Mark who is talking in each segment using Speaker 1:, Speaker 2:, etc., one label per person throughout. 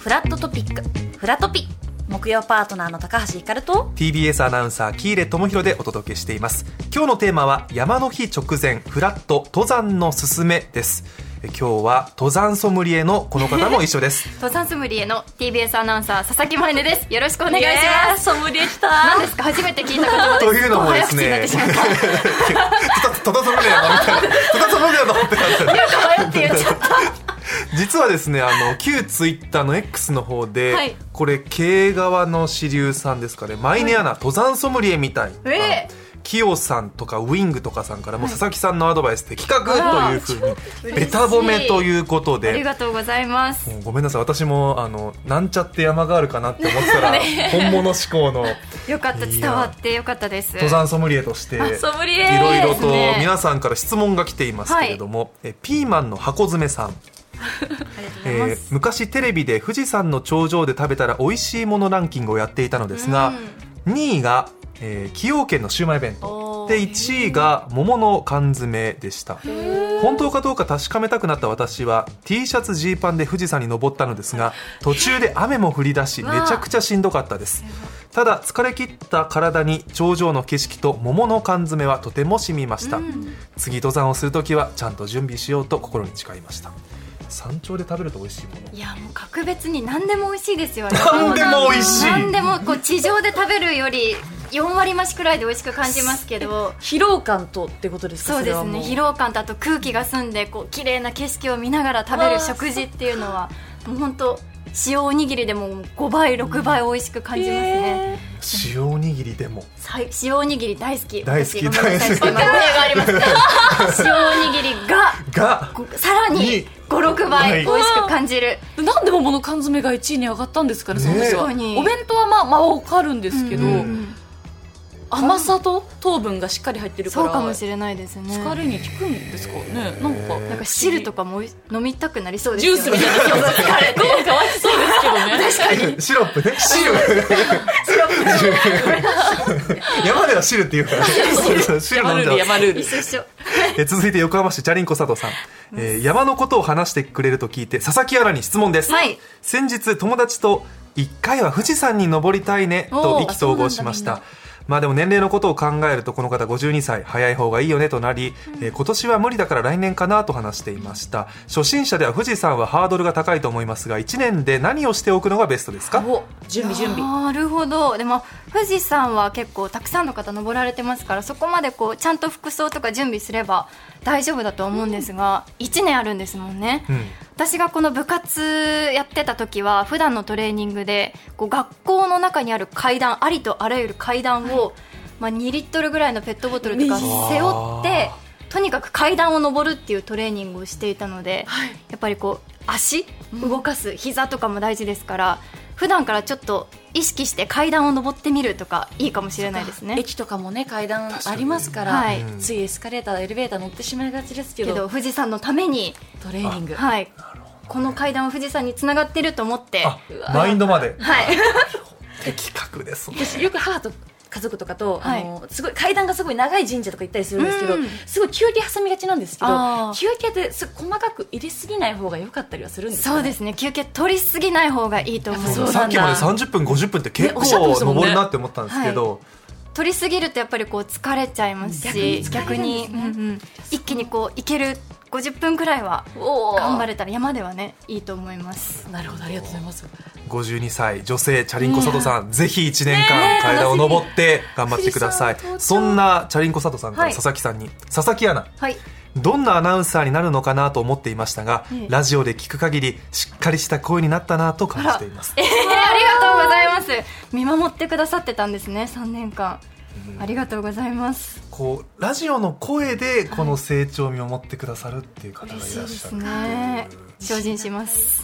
Speaker 1: フラットトピックフラトピ木曜パートナーの高橋ひかると
Speaker 2: TBS アナウンサー喜入智弘でお届けしています今日のテーマは山の日直前フラット登山のすすめですえ今日は登山ソムリエのこの方も一緒です
Speaker 3: 登山ソムリエの TBS アナウンサー佐々木舞音ですよろしくお願いし
Speaker 1: イエ
Speaker 3: ま
Speaker 1: ーイ
Speaker 3: す
Speaker 1: ソムリエ来た
Speaker 3: 何ですか初めて聞いた言葉
Speaker 2: というのもです
Speaker 3: 早
Speaker 2: ね
Speaker 3: 口になってしまった
Speaker 2: トダソムリエのみたいなトダソムリエのってなっちゃった
Speaker 3: 迷って言っちゃっ
Speaker 2: 実はですねあの旧ツイッターの X の方で、
Speaker 3: はい
Speaker 2: これ経営側の支流さんですかねマイネアナ、登山ソムリエみたいな、
Speaker 3: ええ
Speaker 2: キヨさんとかウィングとかさんからもう佐々木さんのアドバイスで企画という ふうに
Speaker 3: 嬉しい
Speaker 2: ベタ褒めということ
Speaker 3: たあり
Speaker 2: で。
Speaker 3: がとうござ います
Speaker 2: もうごめんなさい私もあのなんちゃって山があるかなって思ってたら、本物志向の
Speaker 3: よかった伝わってよかったです
Speaker 2: 登山ソムリエとして い
Speaker 1: ソムリエ
Speaker 2: ろいろ
Speaker 3: です
Speaker 2: と
Speaker 3: ね
Speaker 2: 皆さんから質問が来ていますけれども、えピーマンの箱詰めさん
Speaker 3: ありがとうございま
Speaker 2: え
Speaker 3: す
Speaker 2: ー昔テレビで富士山の頂上で食べたら美味しいものランキングをやっていたのですが、2位が、えー崎陽軒のシウマイ弁当
Speaker 1: おー
Speaker 2: で1位が桃の缶詰でした本当かどうか確かめたくなった私は T シャツジーパンで富士山に登ったのですが途中で雨も降り出しめ
Speaker 3: わあ
Speaker 2: ちゃくちゃしんどかったですただ疲れ切った体に頂上の景色と桃の缶詰はとても染みました、
Speaker 3: うん
Speaker 2: 次登山をするときはちゃんと準備しようと心に誓いました山頂で食べると美味しいもの
Speaker 3: いやもう格別に何でも美味しいですよね
Speaker 2: 何でも美味しい
Speaker 3: 何でもこう地上で食べるより4割増しくらいで美味しく感じますけど
Speaker 1: 疲労感とってことですか
Speaker 3: そうで
Speaker 1: れは
Speaker 3: す
Speaker 1: も
Speaker 3: ね疲労感とあと空気が澄んでこう綺麗な景色を見ながら食べる食事っていうのはもう 本当塩おにぎりでも5倍6倍美味しく感じますね、
Speaker 2: 塩おにぎりでも
Speaker 3: さい塩おにぎり大好き
Speaker 2: 大好き
Speaker 3: 私ごめんなさ
Speaker 2: 大好
Speaker 3: い
Speaker 2: き
Speaker 3: ちょっと今声がありますね 塩おにぎりが
Speaker 2: が
Speaker 3: こうさらに
Speaker 2: に
Speaker 3: 56倍美味しく感じる
Speaker 4: なんでももの缶詰が1位に上がったんですかね、その時は。
Speaker 3: ねえ
Speaker 4: お弁当はまあ、まあ、わかるんですけど、
Speaker 3: うん
Speaker 2: うん
Speaker 4: 甘さと糖分がしっかり入ってるか
Speaker 3: そ
Speaker 4: ら、
Speaker 3: うかもしれないですね
Speaker 4: 疲れに効くんですかね。なんか、
Speaker 2: え
Speaker 3: なんか汁とかもおい飲みたくなりそうです
Speaker 4: ジュ
Speaker 3: よ
Speaker 4: ー
Speaker 3: ね
Speaker 4: スみたいな気がする。どうかわいそうですけどね。
Speaker 2: シロップね汁 山では汁って言うからね汁
Speaker 4: 山
Speaker 2: 飲ん
Speaker 4: ル
Speaker 2: じ
Speaker 4: ー
Speaker 2: ゃう
Speaker 4: ル、山ルール。
Speaker 3: 一緒一緒
Speaker 2: え続いて横浜市チャリンコ佐藤さん、えー山のことを話してくれると聞いて佐々木アナに質問です、
Speaker 3: はい
Speaker 2: 先日友達と一回は富士山に登りたいねと
Speaker 3: おー
Speaker 2: 意気投合しまし
Speaker 3: そう
Speaker 2: たまあでも年齢のことを考えるとこの方52歳早い方がいいよねとなり、えー今年は無理だから来年かなと話していました初心者では富士山はハードルが高いと思いますが1年で何をしておくのがベストですか
Speaker 4: お、準備準備。
Speaker 3: なるほどでも富士山は結構たくさんの方登られてますからそこまでこうちゃんと服装とか準備すれば大丈夫だと思うんですが、1年あるんですもんね、
Speaker 2: うん
Speaker 3: 私がこの部活やってた時は普段のトレーニングでこう学校の中にある階段ありとあらゆる階段を、まあ、2リットルぐらいのペットボトルとか背負ってとにかく階段を登るっていうトレーニングをしていたので、やっぱりこう足動かす膝とかも大事ですから普段からちょっと意識して階段を登ってみるとかいいかもしれないですね。
Speaker 4: 駅とかもね、階段
Speaker 2: 確かに
Speaker 4: ありますから、
Speaker 3: はい
Speaker 4: ついエスカレーター、エレベーター乗ってしまいがちですけ
Speaker 3: け
Speaker 4: ど、
Speaker 3: ど富士山のために、
Speaker 4: トレーニング。
Speaker 3: はい、この階段は富士山につながってると思って。
Speaker 2: あマインドまで
Speaker 3: はい
Speaker 2: 的確ですね
Speaker 4: 私よく母と家族とかと、
Speaker 3: はい
Speaker 4: あのすごい階段がすごい長い神社とか行ったりするんですけど、
Speaker 3: うん
Speaker 4: すごい休憩挟みがちなんですけど
Speaker 3: あー
Speaker 4: 休憩ってす細かく入れすぎない方が良かったりはするんですか、ね、
Speaker 3: そうですね休憩取りすぎない方がいいと思いま
Speaker 4: そうなん
Speaker 3: す
Speaker 4: だ
Speaker 2: さっきまで30分50分って結
Speaker 4: ねおっしゃってま
Speaker 2: 構
Speaker 4: したもんね
Speaker 2: 登るなって思ったんですけど、
Speaker 3: 取りすぎるとやっぱりこう疲れちゃいますし
Speaker 4: 逆
Speaker 3: 逆
Speaker 4: に
Speaker 3: に,、
Speaker 4: 疲れるんですね
Speaker 3: うんうん一気にこういける50分くらいは
Speaker 4: おー
Speaker 3: 頑張れたら山ではねいいと思います
Speaker 4: なるほどありがとうございます
Speaker 2: 52歳女性チャリンコ佐藤さん、ぜひ1年間階段を登って頑張ってください、そんなチャリンコ佐藤さんから
Speaker 3: はい
Speaker 2: 佐々木さんに、佐々木アナ
Speaker 3: はい
Speaker 2: どんなアナウンサーになるのかなと思っていましたが、
Speaker 3: ええ
Speaker 2: ラジオで聞く限りしっかりした声になったなと感じています
Speaker 3: えー、ありがとうございます見守ってくださってたんですね3年間ありがとうございます
Speaker 2: こうラジオの声でこの成長を見守ってくださるっていう方がいらっしゃる
Speaker 3: 嬉しいですね精進します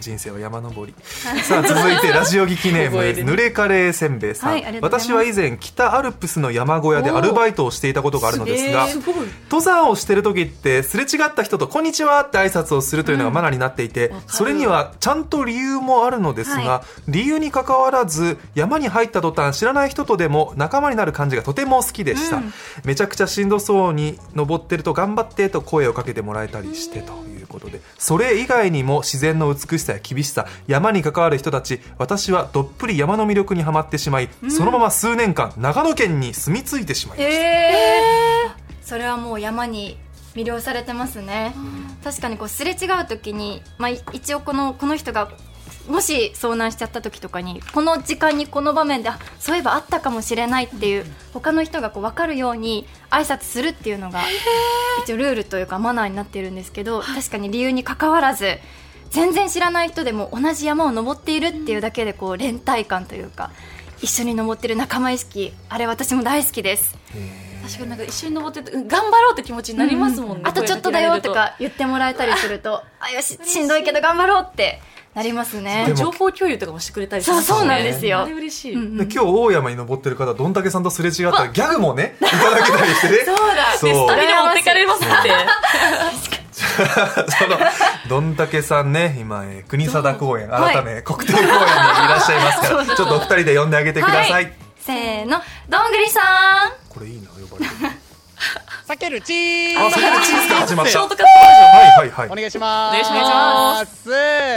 Speaker 2: 人生は山登りさあ続いてラジオ聞きネーム
Speaker 4: 覚えてる
Speaker 2: ぬれカレーせんべいさん、
Speaker 3: はいありがとうござ
Speaker 2: 私
Speaker 3: いま
Speaker 2: は
Speaker 3: す
Speaker 2: 以前北アルプスの山小屋でアルバイトをしていたことがあるのですが
Speaker 4: すごい
Speaker 2: 登山をしてる時ってすれ違った人と「こんにちは」って挨拶をするというのがマナーになっていて、
Speaker 4: わかる
Speaker 2: それにはちゃんと理由もあるのですが、
Speaker 3: は
Speaker 2: 理由にかかわらず山に入った途端知らない人とでも仲間になる感じがとても好きでした、
Speaker 3: うん
Speaker 2: めちゃくちゃしんどそうに登ってると「頑張って」と声をかけてもらえたりしてということでそれ以外にも自然の美しさや厳しさ山に関わる人たち私はどっぷり山の魅力にはまってしまい、そのまま数年間長野県に住み着いてしまいました、
Speaker 3: えー、それはもう山に魅了されてますね、確かにこうすれ違う時に、まあ、い一応このこの人がもし遭難しちゃった時とかにこの時間にこの場面であそういえばあったかもしれないっていう他の人がこう分かるように挨拶するっていうのが一応ルールというかマナーになってるんですけど確かに理由にかかわらず全然知らない人でも同じ山を登っているっていうだけでこう連帯感というか一緒に登ってる仲間意識あれ私も大好きです
Speaker 4: 確かになんか一緒に登っててうん頑張ろうって気持ちになりますもんね、
Speaker 3: あとちょっとだよとか言ってもらえたりする とあよししんどいけど頑張ろうってなります
Speaker 2: で
Speaker 3: ね
Speaker 2: も
Speaker 4: 情報共有とかもしてくれたりします
Speaker 3: そう
Speaker 2: そうなんです
Speaker 3: よ
Speaker 4: あれ嬉しい、
Speaker 3: うん
Speaker 2: で今日大山に登ってる方どんだけさんとすれ違ったらギャグもね いただけたりしてねそうだ
Speaker 4: でストレート持ってかれますって
Speaker 2: そのどんたけさんね今、えー国定公園
Speaker 3: はい
Speaker 2: 改め国定公園にいらっしゃいますから、ちょっとお二人で呼んであげてください、
Speaker 3: せーのどんぐりさ
Speaker 2: これいいな呼ばれてる
Speaker 5: 避けるチー
Speaker 2: あ避けるチーズから始まった
Speaker 4: ショートカット
Speaker 2: はいはい
Speaker 5: お
Speaker 2: はい
Speaker 5: 願いし
Speaker 4: お
Speaker 5: ます
Speaker 4: 願いします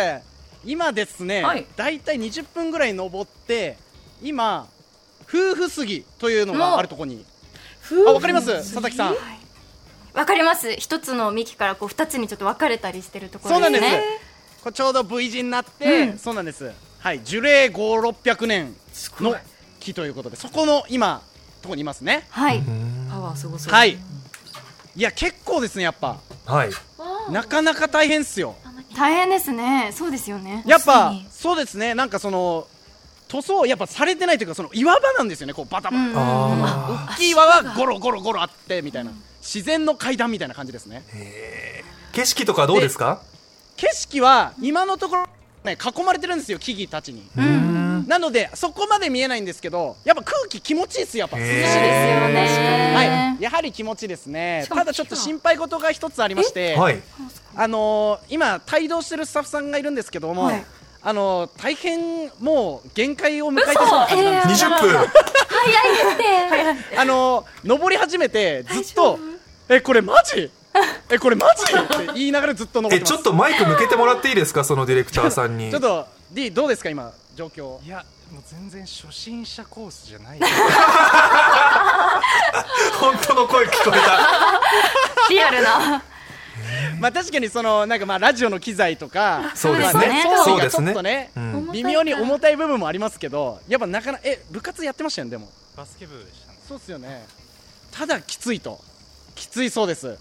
Speaker 5: 今ですね、
Speaker 4: はい
Speaker 5: だいたい20分ぐらい登って今夫婦杉というのがあるとこにあわかります佐々木さん
Speaker 3: んわかります一つの幹からこう二つにちょっと分かれたりしてるとこ
Speaker 5: そう
Speaker 3: ろ
Speaker 5: なん
Speaker 3: で
Speaker 5: ですす
Speaker 3: ね
Speaker 5: これちょうど V 字になって、
Speaker 3: うん
Speaker 5: そうなんですはい樹齢5600年の木ということでそこの今とこにいますね
Speaker 3: はいう
Speaker 2: ーん
Speaker 4: パワーすごそう
Speaker 5: はいいや結構ですねやっぱ
Speaker 2: はい
Speaker 5: なかなか大変っすよ
Speaker 3: 大変ですねそうですよね
Speaker 5: やっぱ
Speaker 3: 確かに
Speaker 5: そうですねなんかその塗装やっぱされてないというかその岩場なんですよねこうバタバタ、
Speaker 3: うん
Speaker 2: あ
Speaker 5: 大きい岩はゴロゴロゴロあってみたいな、自然の階段みたいな感じですね
Speaker 2: ー景色とかどうですか
Speaker 5: 景色は今のところね囲まれてるんですよ木々たちに、
Speaker 2: うーん
Speaker 5: なのでそこまで見えないんですけどやっぱ空気気持ちいいですやっぱ涼しいです、
Speaker 3: ですよね
Speaker 5: はい、やはり気持ちいいですねただちょっと心配事が一つありまして、
Speaker 2: はい
Speaker 5: あのー今帯同してるスタッフさんがいるんですけども、
Speaker 3: はい
Speaker 5: あのー大変もう限界を迎えてそうな感じなんです
Speaker 3: 嘘
Speaker 2: 20分
Speaker 5: あのー登り始めてずっと「えこれマジえこれマジ?」って言いながらずっと登っ
Speaker 2: え
Speaker 5: て
Speaker 2: ち
Speaker 5: ます
Speaker 2: ょっとマイク向けてもらっていいですかそのディレクターさんに
Speaker 5: ちょっと D どうですか今状況
Speaker 6: いやもう全然初心者コースじゃない
Speaker 2: 本当の声聞こえた
Speaker 3: リアルな
Speaker 5: まあ確かにそのなんかまあラジオの機材とか
Speaker 2: そうです
Speaker 3: ね
Speaker 5: まあ
Speaker 2: そ
Speaker 5: 装
Speaker 2: う
Speaker 5: 備
Speaker 2: で
Speaker 5: が
Speaker 2: す
Speaker 5: ちょ
Speaker 2: ね
Speaker 5: っとね
Speaker 2: うん
Speaker 5: 微妙に重たい部分もありますけどやっぱなかなかえ部活やってましたよねでも
Speaker 6: バスケ部でしたね
Speaker 5: そうっすよねただきついときついそうです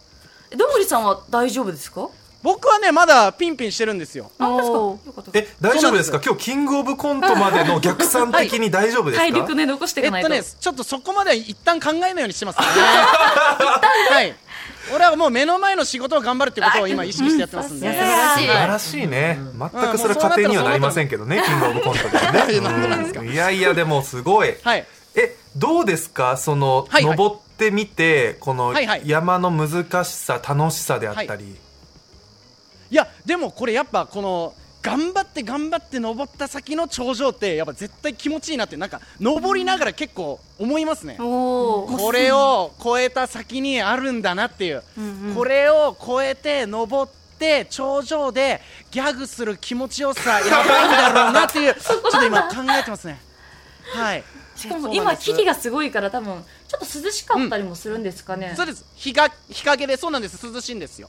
Speaker 4: えどんぐりさんは大丈夫ですか
Speaker 5: 僕はねまだピンピンしてるんですよ
Speaker 4: あ確か
Speaker 3: お
Speaker 4: よ
Speaker 3: ー
Speaker 4: かった
Speaker 2: え大丈夫ですか今日キングオブコントまでの逆算的に大丈夫ですか
Speaker 4: 体力ね残していか
Speaker 5: えっ
Speaker 4: ない
Speaker 5: と
Speaker 4: と、
Speaker 5: ねちょっとそこまでは一旦考えないようにしてますね はい俺はもう目の前の仕事を頑張るってことを今意識してやってますんで、
Speaker 3: 素晴らしい
Speaker 2: 素晴らしいね、全くそれ家庭にはなりませんけどね、キングオブコントではねうんいやいやでもすごい
Speaker 5: はい
Speaker 2: えどうですかその、
Speaker 5: はいはい
Speaker 2: 登ってみてこの
Speaker 5: はいはい
Speaker 2: 山の難しさ楽しさであったり、
Speaker 5: いやでもこれやっぱこの頑張って頑張って登った先の頂上ってやっぱ絶対気持ちいいなってなんか登りながら結構思いますね
Speaker 3: おー
Speaker 5: これを超えた先にあるんだなっていう、
Speaker 3: うんうん
Speaker 5: これを超えて登って頂上でギャグする気持ちよさやばいんだろうなって いうちょっと今考えてますねはい
Speaker 4: しかも今木々がすごいから多分ちょっと涼しかったりもするんですかね、
Speaker 5: そうです日が日陰でそうなんです涼しいんですよ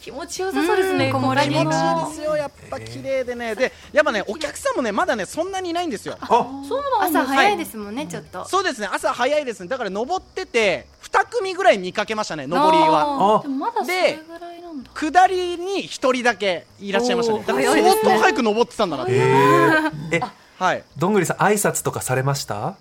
Speaker 4: 気持ちよさそうですね
Speaker 3: うん木漏れ日
Speaker 5: 気持ちいい
Speaker 3: の
Speaker 5: ですよやっぱ綺麗でねでやっぱねお客さんもねまだねそんなにいないんですよ
Speaker 2: あ
Speaker 3: 朝早いですもんねちょっと
Speaker 5: そうですね朝早いですねだから登ってて2組ぐらい見かけましたね登りは
Speaker 2: あ
Speaker 4: でもまだそれぐらいなんだ
Speaker 5: 下りに1人だけいらっしゃいましたねだから
Speaker 3: おー早いで
Speaker 5: 相
Speaker 3: すね
Speaker 5: 当早く登ってたんだなっ
Speaker 2: え
Speaker 5: て
Speaker 2: ー、え
Speaker 5: はい
Speaker 2: どんぐりさん挨拶とかされました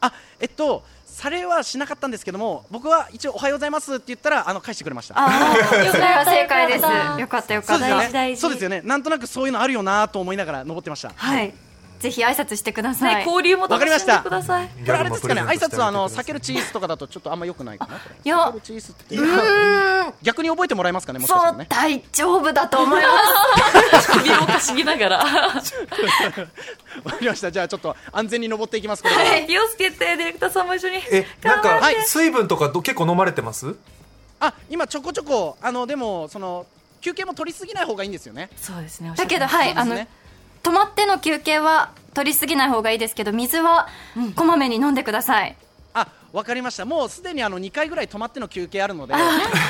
Speaker 5: あえっとされはしなかったんですけども僕は一応「おはようございます」って言ったらあの返してくれました
Speaker 3: ああ、それは正解です。
Speaker 4: よかった
Speaker 3: よかったよか
Speaker 5: そ
Speaker 3: っ
Speaker 5: うですよ
Speaker 3: た。
Speaker 5: ねそうですよねなんとなくそういうのあるよなと思いながら登ってました
Speaker 3: はい。ぜひ挨拶してくださ
Speaker 4: ね
Speaker 3: い。
Speaker 4: 交流も楽しんでください
Speaker 5: これあれです
Speaker 2: ギャグもプ
Speaker 5: かね
Speaker 2: レゼント
Speaker 5: 挨
Speaker 2: してあげて
Speaker 5: 拶はあの
Speaker 2: くださ
Speaker 5: 避
Speaker 2: い
Speaker 5: けるチーズとかだとちょっとあんま良くないかなこれ
Speaker 3: いや
Speaker 5: 避けるチーズって逆に覚えてもらえますかねもしかし
Speaker 3: そ
Speaker 5: たら
Speaker 3: う
Speaker 5: ね、
Speaker 3: 大丈夫だと思います。
Speaker 4: 首をかしげながら
Speaker 5: わかりましたじゃあちょっと安全に登っていきますこれから
Speaker 4: 気をつけてディレクターさんも一緒に
Speaker 2: えなんか、
Speaker 5: はい
Speaker 2: 水分とかど結構飲まれてます
Speaker 5: あ今ちょこちょこあのでもその休憩も取りすぎない方がいいんですよね。
Speaker 1: そうですね。
Speaker 3: だけど、はい、あ
Speaker 5: そう
Speaker 3: の
Speaker 5: ですね
Speaker 3: 止まっての休憩は取りすぎない方がいいですけど水はこまめに飲んでください、
Speaker 5: あ、わかりました。もうすでにあの2回ぐらい止まっての休憩あるので、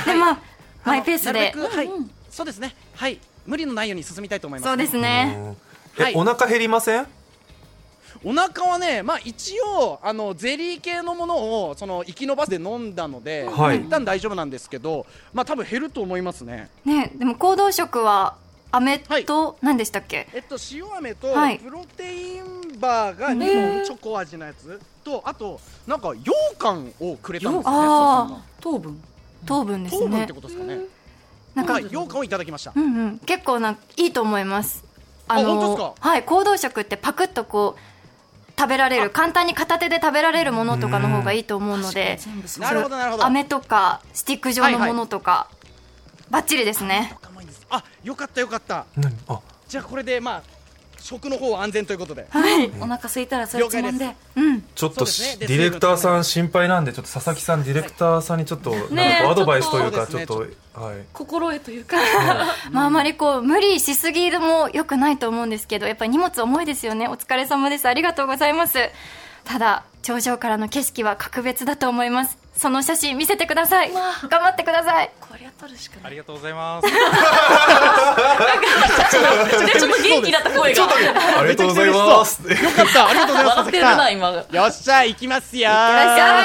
Speaker 3: でまあ
Speaker 5: あの
Speaker 3: マイペース
Speaker 5: なるべ
Speaker 3: で
Speaker 5: くはい、そうですね。はい、無理のないように進みたいと思います。
Speaker 3: そうですね
Speaker 2: え、
Speaker 5: はい
Speaker 2: お腹減りません
Speaker 5: お腹はね、まあ一応あのゼリー系のものをその生き延ばして飲んだので、
Speaker 2: はい
Speaker 5: 一旦大丈夫なんですけど、まあ多分減ると思いますね。
Speaker 3: ねでも行動食は飴
Speaker 5: はい
Speaker 3: と何でしたっけ
Speaker 5: えっと塩飴と
Speaker 3: はい
Speaker 5: プロテインバーが2本チョコ味のやつとあとなんか羊羹をくれたんですよね。
Speaker 3: あー
Speaker 5: そう
Speaker 4: 糖分
Speaker 3: 糖分で
Speaker 5: そうそ
Speaker 3: す
Speaker 5: う糖分っ
Speaker 3: ね
Speaker 5: てことですかね。
Speaker 3: なんか
Speaker 5: はい羊羹をいただきました
Speaker 3: う。んうん結構なんかいいと思います
Speaker 5: あ本当です
Speaker 3: はい行動食ってパクッとこう食べられる簡単に片手で食べられるものとかの方がいいと思うので
Speaker 1: 全部そう。
Speaker 5: なるほどなるほど。
Speaker 3: 飴とかスティック状のものとか、バッチリですね
Speaker 5: 仲間いいんですあ、よかったよかった。
Speaker 2: 何あ
Speaker 5: じゃあこれでまあ食の方は安全ということで。
Speaker 3: はい
Speaker 1: お腹空いたらそれつまん
Speaker 5: 了解
Speaker 1: で
Speaker 5: で。
Speaker 3: うん
Speaker 2: ちょっとし、
Speaker 5: そうですね
Speaker 2: デ
Speaker 5: で
Speaker 2: ィレクターさん心配なんでちょっと佐々木さんディレクターさんにちょっとなん
Speaker 4: ね
Speaker 2: かアドバイスというか
Speaker 5: ち
Speaker 2: ち
Speaker 5: ょ
Speaker 2: ょ
Speaker 5: っ
Speaker 2: っ
Speaker 5: と
Speaker 2: と
Speaker 5: そ
Speaker 2: はい
Speaker 4: 心得というか
Speaker 3: まあ、あまりこう無理しすぎも良くないと思うんですけどやっぱり荷物重いですよねお疲れ様ですありがとうございますただ頂上からの景色は格別だと思いますその写真見せてください頑張ってください
Speaker 1: これは取るしか
Speaker 6: あ
Speaker 1: ない。
Speaker 6: りがとうございます。
Speaker 4: ちょっと元気だった声が
Speaker 2: ありがとうございます
Speaker 5: よかった、ありがとうござい ます。
Speaker 4: 笑ってるな今が
Speaker 5: よっしゃ、行きますよ。
Speaker 3: 頑張っ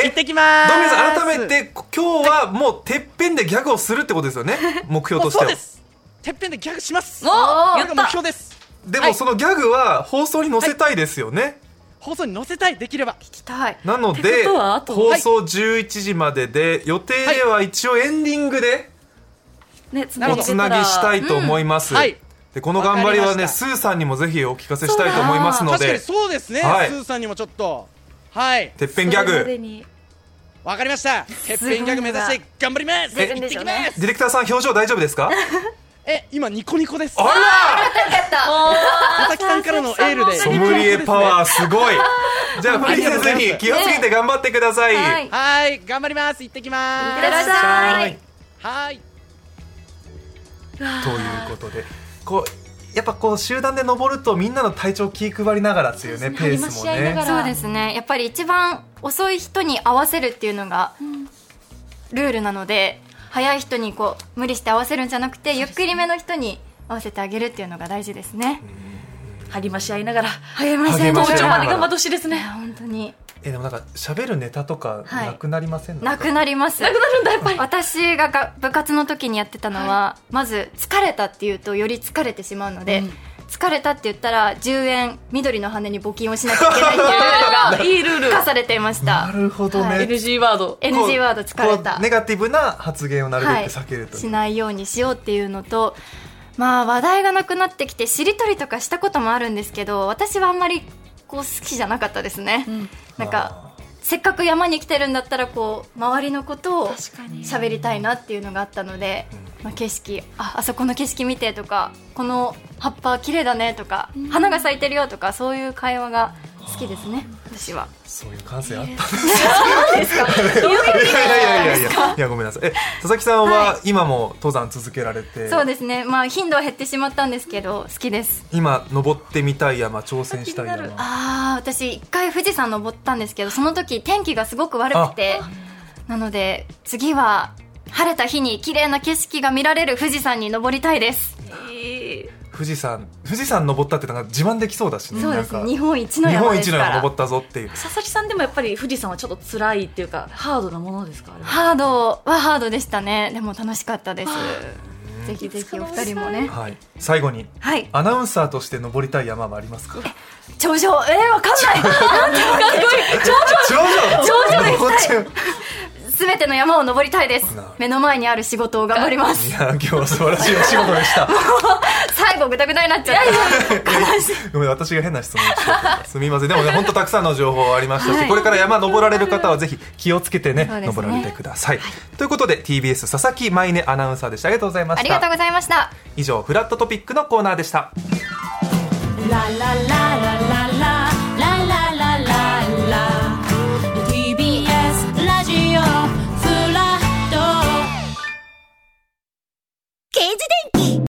Speaker 3: て
Speaker 5: 行ってきまー す。
Speaker 2: ドミさん改 めて今日はもうてっぺんでギャグをするってことです よね目標と
Speaker 5: もう
Speaker 2: して
Speaker 5: そう
Speaker 2: は
Speaker 5: です。てっぺんでギャグします。
Speaker 4: おー
Speaker 5: これが目標です。
Speaker 2: で
Speaker 5: は
Speaker 2: も
Speaker 5: い
Speaker 2: そのギャグは放送に載せたいですよね、
Speaker 5: 放送に載せたい、できれば。
Speaker 3: 聞きたい
Speaker 2: なの
Speaker 4: って
Speaker 2: で
Speaker 4: ことはあと
Speaker 2: 放送11時までで予定では一応エンディングで
Speaker 4: ねつな
Speaker 2: お
Speaker 4: げ
Speaker 2: つ
Speaker 4: て
Speaker 2: な
Speaker 4: た
Speaker 2: ぎ
Speaker 4: ら
Speaker 2: したいと思います、
Speaker 5: うんはい
Speaker 2: でこの頑張りは
Speaker 5: わかり
Speaker 2: ね
Speaker 5: まし
Speaker 2: スーさんにもぜひお聞かせしたいと思いますの
Speaker 5: 確か
Speaker 2: で
Speaker 5: にそうですね、
Speaker 2: はい
Speaker 5: スーさんにもちょっと。はい、
Speaker 2: てっぺんギャ
Speaker 4: それま
Speaker 2: グ
Speaker 4: でに
Speaker 5: わかりました。てっぺんギャグ目指して頑張ります。
Speaker 2: え
Speaker 5: 行ってきま
Speaker 2: デ
Speaker 5: す。
Speaker 2: ィレクターさん表情大丈夫ですか
Speaker 5: え、今ニコニコです。
Speaker 2: あ
Speaker 5: 佐々木さんからのエールで。
Speaker 2: らソムリエパワーすごいじゃあ無理せ
Speaker 5: ありがとうござ
Speaker 2: ず
Speaker 5: い
Speaker 2: に
Speaker 5: ます
Speaker 2: 気をつけて頑張ってください、
Speaker 3: はい
Speaker 5: ー。はい、頑張ります。行ってきま
Speaker 3: いってらっしゃ
Speaker 2: い
Speaker 5: す。はい。
Speaker 2: ということでこうやっぱこう集団で登るとみんなの体調気配りながらっていうねペー
Speaker 4: 励
Speaker 2: スも
Speaker 4: まし合いなが
Speaker 2: ね
Speaker 4: ら
Speaker 3: そうですねやっぱり一番遅い人に合わせるっていうのがルールなので早い人にこう無理して合わせるんじゃなくてゆっくりめの人に合わせてあげるっていうのが大事ですね
Speaker 1: 張りまし合いながら。
Speaker 3: 励まし合い
Speaker 4: も
Speaker 2: 励ま
Speaker 3: な
Speaker 4: う
Speaker 2: し
Speaker 4: ち
Speaker 2: 合
Speaker 4: ょいまで
Speaker 2: いながら
Speaker 4: 頑張ってほしいですね
Speaker 3: や本当に
Speaker 2: えでもなんか喋るネタとか
Speaker 3: はい
Speaker 2: なくなりません、
Speaker 3: なくなりますなくなるんだやっぱり私がが部活の時にやってたのは、まず疲れたっていうとより疲れてしまうので、疲れたって言ったら10円緑の羽に募金をしなきゃいけ ないっていうルー
Speaker 4: いいルール
Speaker 3: ルが課されていまし
Speaker 2: な
Speaker 3: た
Speaker 2: るほどね、
Speaker 3: はい
Speaker 4: NG ワード
Speaker 3: NG ワード疲れ
Speaker 2: こ
Speaker 3: た
Speaker 2: うネガティブな発言をなるべく避けるという、
Speaker 3: しないようにしようっていうのとまあ話題がなくなってきてしりとりとかしたこともあるんですけど私はあんまりこう好きじゃなかったですね、なんか
Speaker 2: あー
Speaker 3: せっかく山に来てるんだったらこう周りのことを
Speaker 4: 確かに
Speaker 3: 喋りたいなっていうのがあったので、まあ、景色ああそこの景色見てとかこの葉っぱ綺麗だねとか、花が咲いてるよとかそういう会話が好きですね私は
Speaker 2: そういう感性あった、
Speaker 4: どういう
Speaker 2: いやいやいやいやいやごめんなさいえ佐々木さんは今も登山続けられて、
Speaker 3: そうですねまあ頻度は減ってしまったんですけど好きです
Speaker 2: 今登ってみたい山挑戦したい
Speaker 4: 気に
Speaker 2: 山
Speaker 3: ああ私一回富士山登ったんですけどその時天気がすごく悪くてなので次は晴れた日に綺麗な景色が見られる富士山に登りたいです、
Speaker 2: 富士山富士山登ったってなんか自慢できそうだしね
Speaker 3: そうですね日本一の
Speaker 2: 日
Speaker 3: 山
Speaker 2: 本
Speaker 3: で
Speaker 2: 一
Speaker 3: す
Speaker 2: の
Speaker 3: か
Speaker 2: 山
Speaker 3: ら
Speaker 2: 登ったぞっていう
Speaker 4: 佐々木さんでもやっぱり富士山はちょっと辛いっていうかハードなものですかあれは
Speaker 3: ハードはハードでしたねでも楽しかったですぜひぜひお二人もね
Speaker 2: はい最後に
Speaker 3: はい
Speaker 2: アナウンサーとして登りたい山はあります か
Speaker 3: 頂上えー、わかんない
Speaker 2: 頂上頂上登っちゃう
Speaker 3: 全ての山を登りたいです
Speaker 2: なるほど
Speaker 3: 目の前にある仕事を頑張りま す
Speaker 2: いや今日は素晴らしいお仕事でした
Speaker 3: 最後グダグダになっちゃった
Speaker 2: ごめん私が変な質問をして たすみませんでもね本当たくさんの情報ありましたし、
Speaker 3: はい
Speaker 2: これから山登られる方はぜひ気をつけてね
Speaker 3: そうですね
Speaker 2: 登られてください、ということで TBS 佐々木舞音アナウンサーでしたありがとうございま
Speaker 3: あ
Speaker 2: し
Speaker 3: りがとう
Speaker 2: た
Speaker 3: ございました
Speaker 2: 以上フラットトピックのコーナーでした
Speaker 1: ララララ